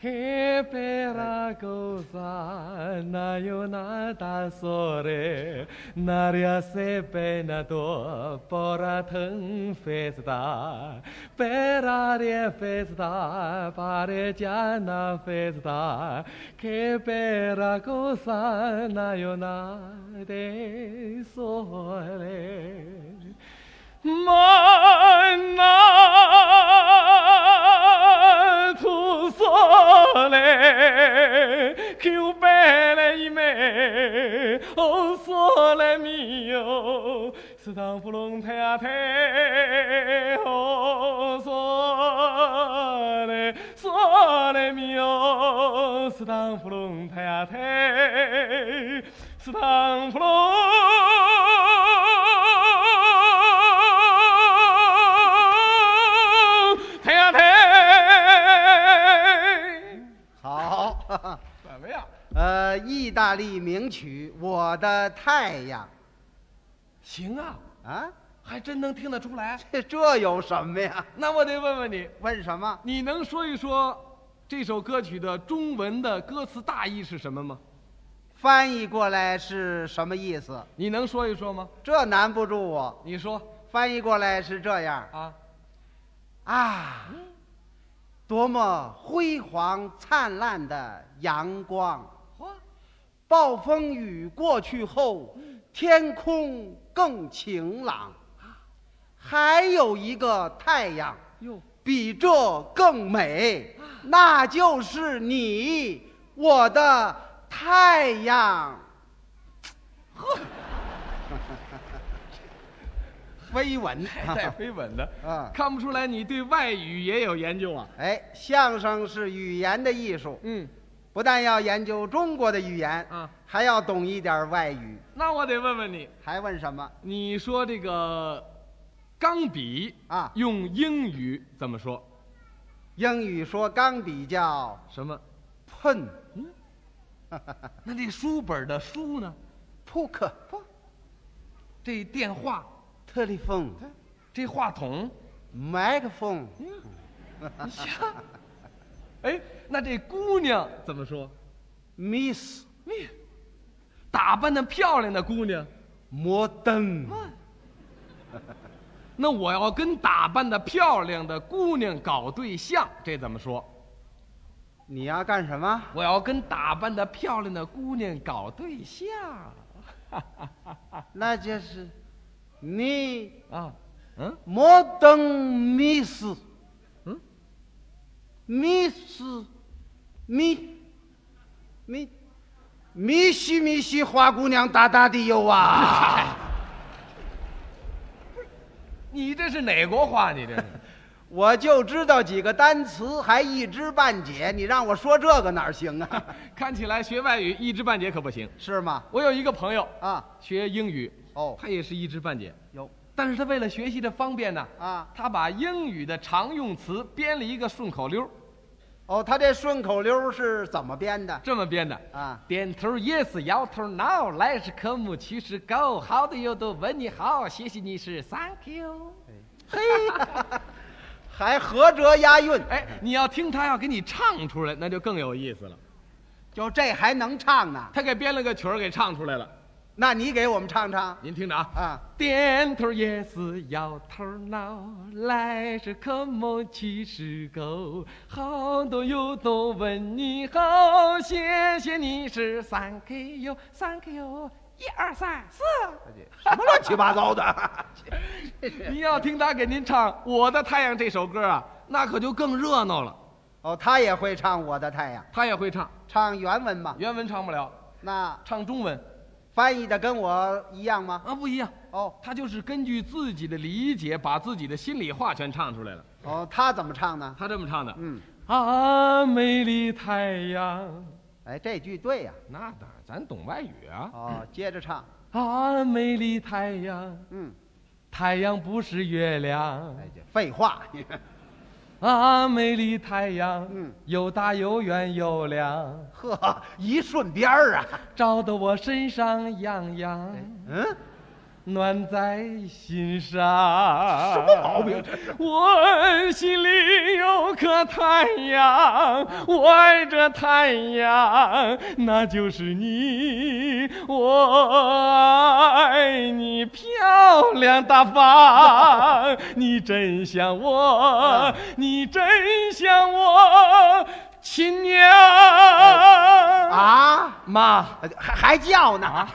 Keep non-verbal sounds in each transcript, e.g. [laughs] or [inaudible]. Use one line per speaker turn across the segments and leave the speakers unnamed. へぺらこさなよなたそれなりゃせぺなとぽらとんフェスだぺらりゃフェスだぱれじゃなフェスだけぺらこさなよなでそれまなとそれ九百来一枚哦所来咪哟是当不龙太啊太哦所来所来咪哟是当不龙太啊太是当不龙太啊太
好， [laughs]
怎么样？
呃，意大利名曲《我的太阳
行啊，》
啊，
还真能听得出来。
这这有什么呀？
那我得问问你，
问什么？
你能说一说这首歌曲的中文的歌词大意是什么吗？
翻译过来是什么意思？
你能说一说吗？
这难不住我。
你说
翻译过来是这样
啊，
啊，多么辉煌灿烂的阳光！暴风雨过去后，天空更晴朗，还有一个太阳，
哟，
比这更美，那就是你，我的太阳。 [laughs] 飞吻，
还带飞吻的，
[laughs] 啊
看不出来你对外语也有研究啊。
哎，相声是语言的艺术，
嗯，
不但要研究中国的语言，
啊
还要懂一点外语。
那我得问问你，
还问什么？
你说这个钢笔
啊
用英语怎么说？
英语说钢笔叫
什么？
碰
嗯，那这书本的书呢？
扑克
这电话，
telephone
这话筒，
microphone
嗯你想， [laughs] 哎，那这姑娘怎么说？
miss
你打扮的漂亮的姑娘，
摩登
[laughs] 那我要跟打扮的漂亮的姑娘搞对象，这怎么说？
你要干什么？ [laughs]
我要跟打扮的漂亮的姑娘搞对象，
那就是你
啊，嗯，
摩登 miss
嗯
miss mi mi 米西米西花姑娘哒哒的哟啊！ [laughs]
你这是哪国话？你这是 [laughs]
我就知道几个单词，还一知半解，你让我说这个哪儿行啊？ [laughs]
看起来学外语一知半解可不行。
是吗？
我有一个朋友
啊，
学英语，
哦，
他也是一知半解，
有
但是他为了学习的方便呢，
啊，
他把英语的常用词编了一个顺口溜儿，
哦，他这顺口溜是怎么编的
这么编的。
啊？
点头 yes，摇头 no，来是科目，去是 go，好的有都问你好，谢谢你是 thank you。
嘿， [laughs] 还合辙押韵，
哎，你要听他要给你唱出来，那就更有意思了。
就这还能唱呢？
他给编了个曲儿给唱出来了，
那你给我们唱唱
您听着啊。
啊？
点头 yes，摇头 no，来是科目，去是 go，好多有都问你好，谢谢你是 thank you，thank you，一二三四。
什么乱七八糟的？
您要听他给您唱《我的太阳》这首歌啊，那可就更热闹了。
哦，他也会唱《我的太阳》，
他也会唱，
唱原文嘛？
原文唱不了，
那
唱中文
翻译的跟我一样吗？
啊不一样。
哦
他就是根据自己的理解，把自己的心里话全唱出来了。
哦，他怎么唱呢？
他这么唱的：
嗯，
啊，美丽太阳，
哎，这句对呀、
那当然，咱懂外语啊。
哦，接着唱。
啊，美丽太阳，
嗯，
太阳不是月亮。
哎，这废话。 [laughs]
啊，美丽太阳，
嗯
又大又圆又亮，
呵，一顺边儿啊。哎
照得我身上痒痒。
嗯，
暖在心上。
什么毛病这是
我心里有颗太阳，我爱这太阳，那就是你。我爱你漂亮大方，你真像我，你真像我亲娘。
啊，
妈，
还还叫呢，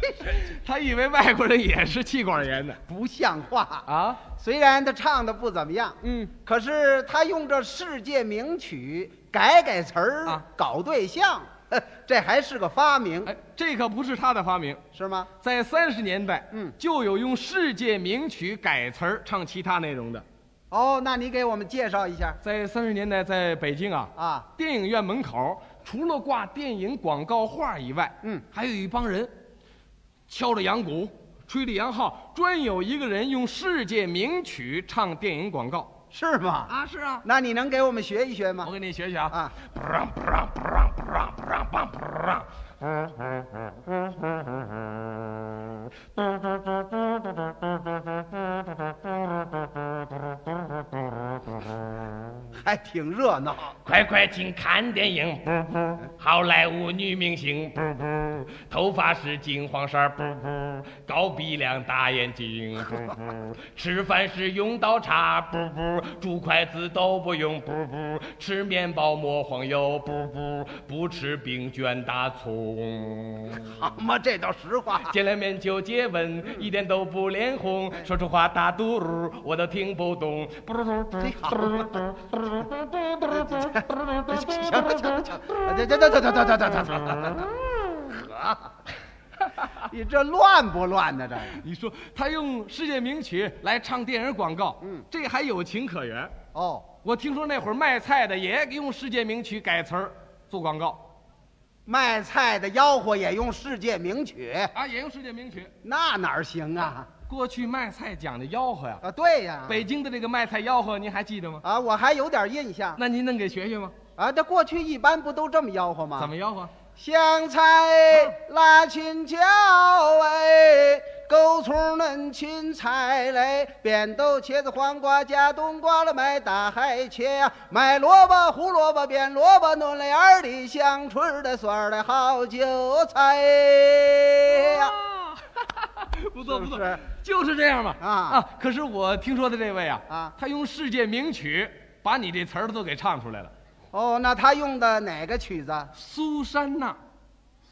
[laughs]
他以为外国人也是气管炎呢。
不像话。
啊，
虽然他唱的不怎么样，
嗯，
可是他用这世界名曲改改词儿、
啊
搞对象，呵这还是个发明，
哎，这可不是他的发明，
是吗？
在三十年代，
嗯
就有用世界名曲改词儿唱其他内容的。
哦，那你给我们介绍一下
在三十年代，在北京啊，
啊？
电影院门口除了挂电影广告画以外，
嗯
还有一帮人敲着洋鼓，吹着洋号，专有一个人用世界名曲唱电影广告。
是吗？
啊，是啊，
那你能给我们学一学
我
吗？
给你学学啊。
啊，
不让不让不让不让不让不让不让。
还挺热闹。
快快请看电影，好莱坞女明星，头发是金黄色儿，高鼻梁大眼睛，吃饭时用刀叉，煮筷子都不用，吃面包抹黄油，不吃饼卷大葱。
好嘛，这倒实话。
见了面就接吻，一点都不脸红，说出话打嘟噜，我都听不懂。
这好。行了行了行了，这这这这这这这这这你这乱不乱呢？这个
你说他用世界名曲来唱电影广告，嗯，这还有情可原。
哦，
我听说那会儿卖菜的也用世界名曲改词儿做广告
卖菜的吆喝也用世界名曲，
啊，也用世界名曲。
那哪儿行啊？
过去卖菜讲的吆喝呀，
啊，对呀，
北京的这个卖菜吆喝您还记得吗？
啊，我还有点印象
那您能给学学吗？
啊。这过去一般不都这么吆喝吗？
怎么吆喝？
香菜拉青椒哎，狗葱嫩青菜嘞，扁豆茄子黄瓜加冬瓜了，买大海茄呀，买萝卜胡萝卜扁萝卜嫩了眼儿的香椿儿的蒜儿的好韭菜呀。
啊， [laughs] 不错不
是不
错，
是
就是这样嘛。
啊
可是我听说的这位啊，
啊
他用世界名曲把你这词儿都给唱出来了。
哦，那他用的哪个曲子？
苏珊娜，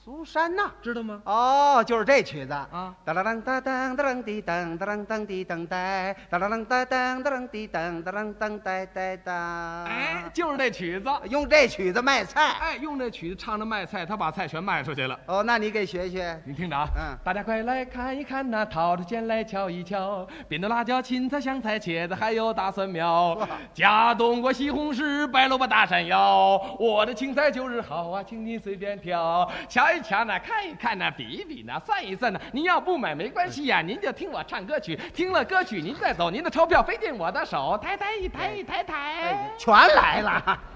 苏珊娜。
知道吗？
哦，就是这曲子
啊！
哒啦啷哒噔哒啷滴噔哒啷噔滴噔哒，哒啦啷哒噔哒啷滴噔哒啷噔哒哒哒。
哎，，就是这曲子。
用这曲子卖菜。
哎，用这曲子唱着卖菜，他把菜全卖出去了。
哦，那你给学学。
你听着啊，
嗯
大家快来看一看呐，桃子尖来瞧一瞧，扁豆、辣椒、芹菜、香菜、茄子，还有大蒜苗，加冬瓜、西红柿、白萝卜、大山药，我的青菜就是好啊，请你随便挑，瞧一瞧呢，看一看呢，比一比呢，算一算呢，您要不买没关系呀、您就听我唱歌曲，听了
哎
歌曲您再走，您的钞票飞进我的手，抬抬一抬一抬抬。
全来了。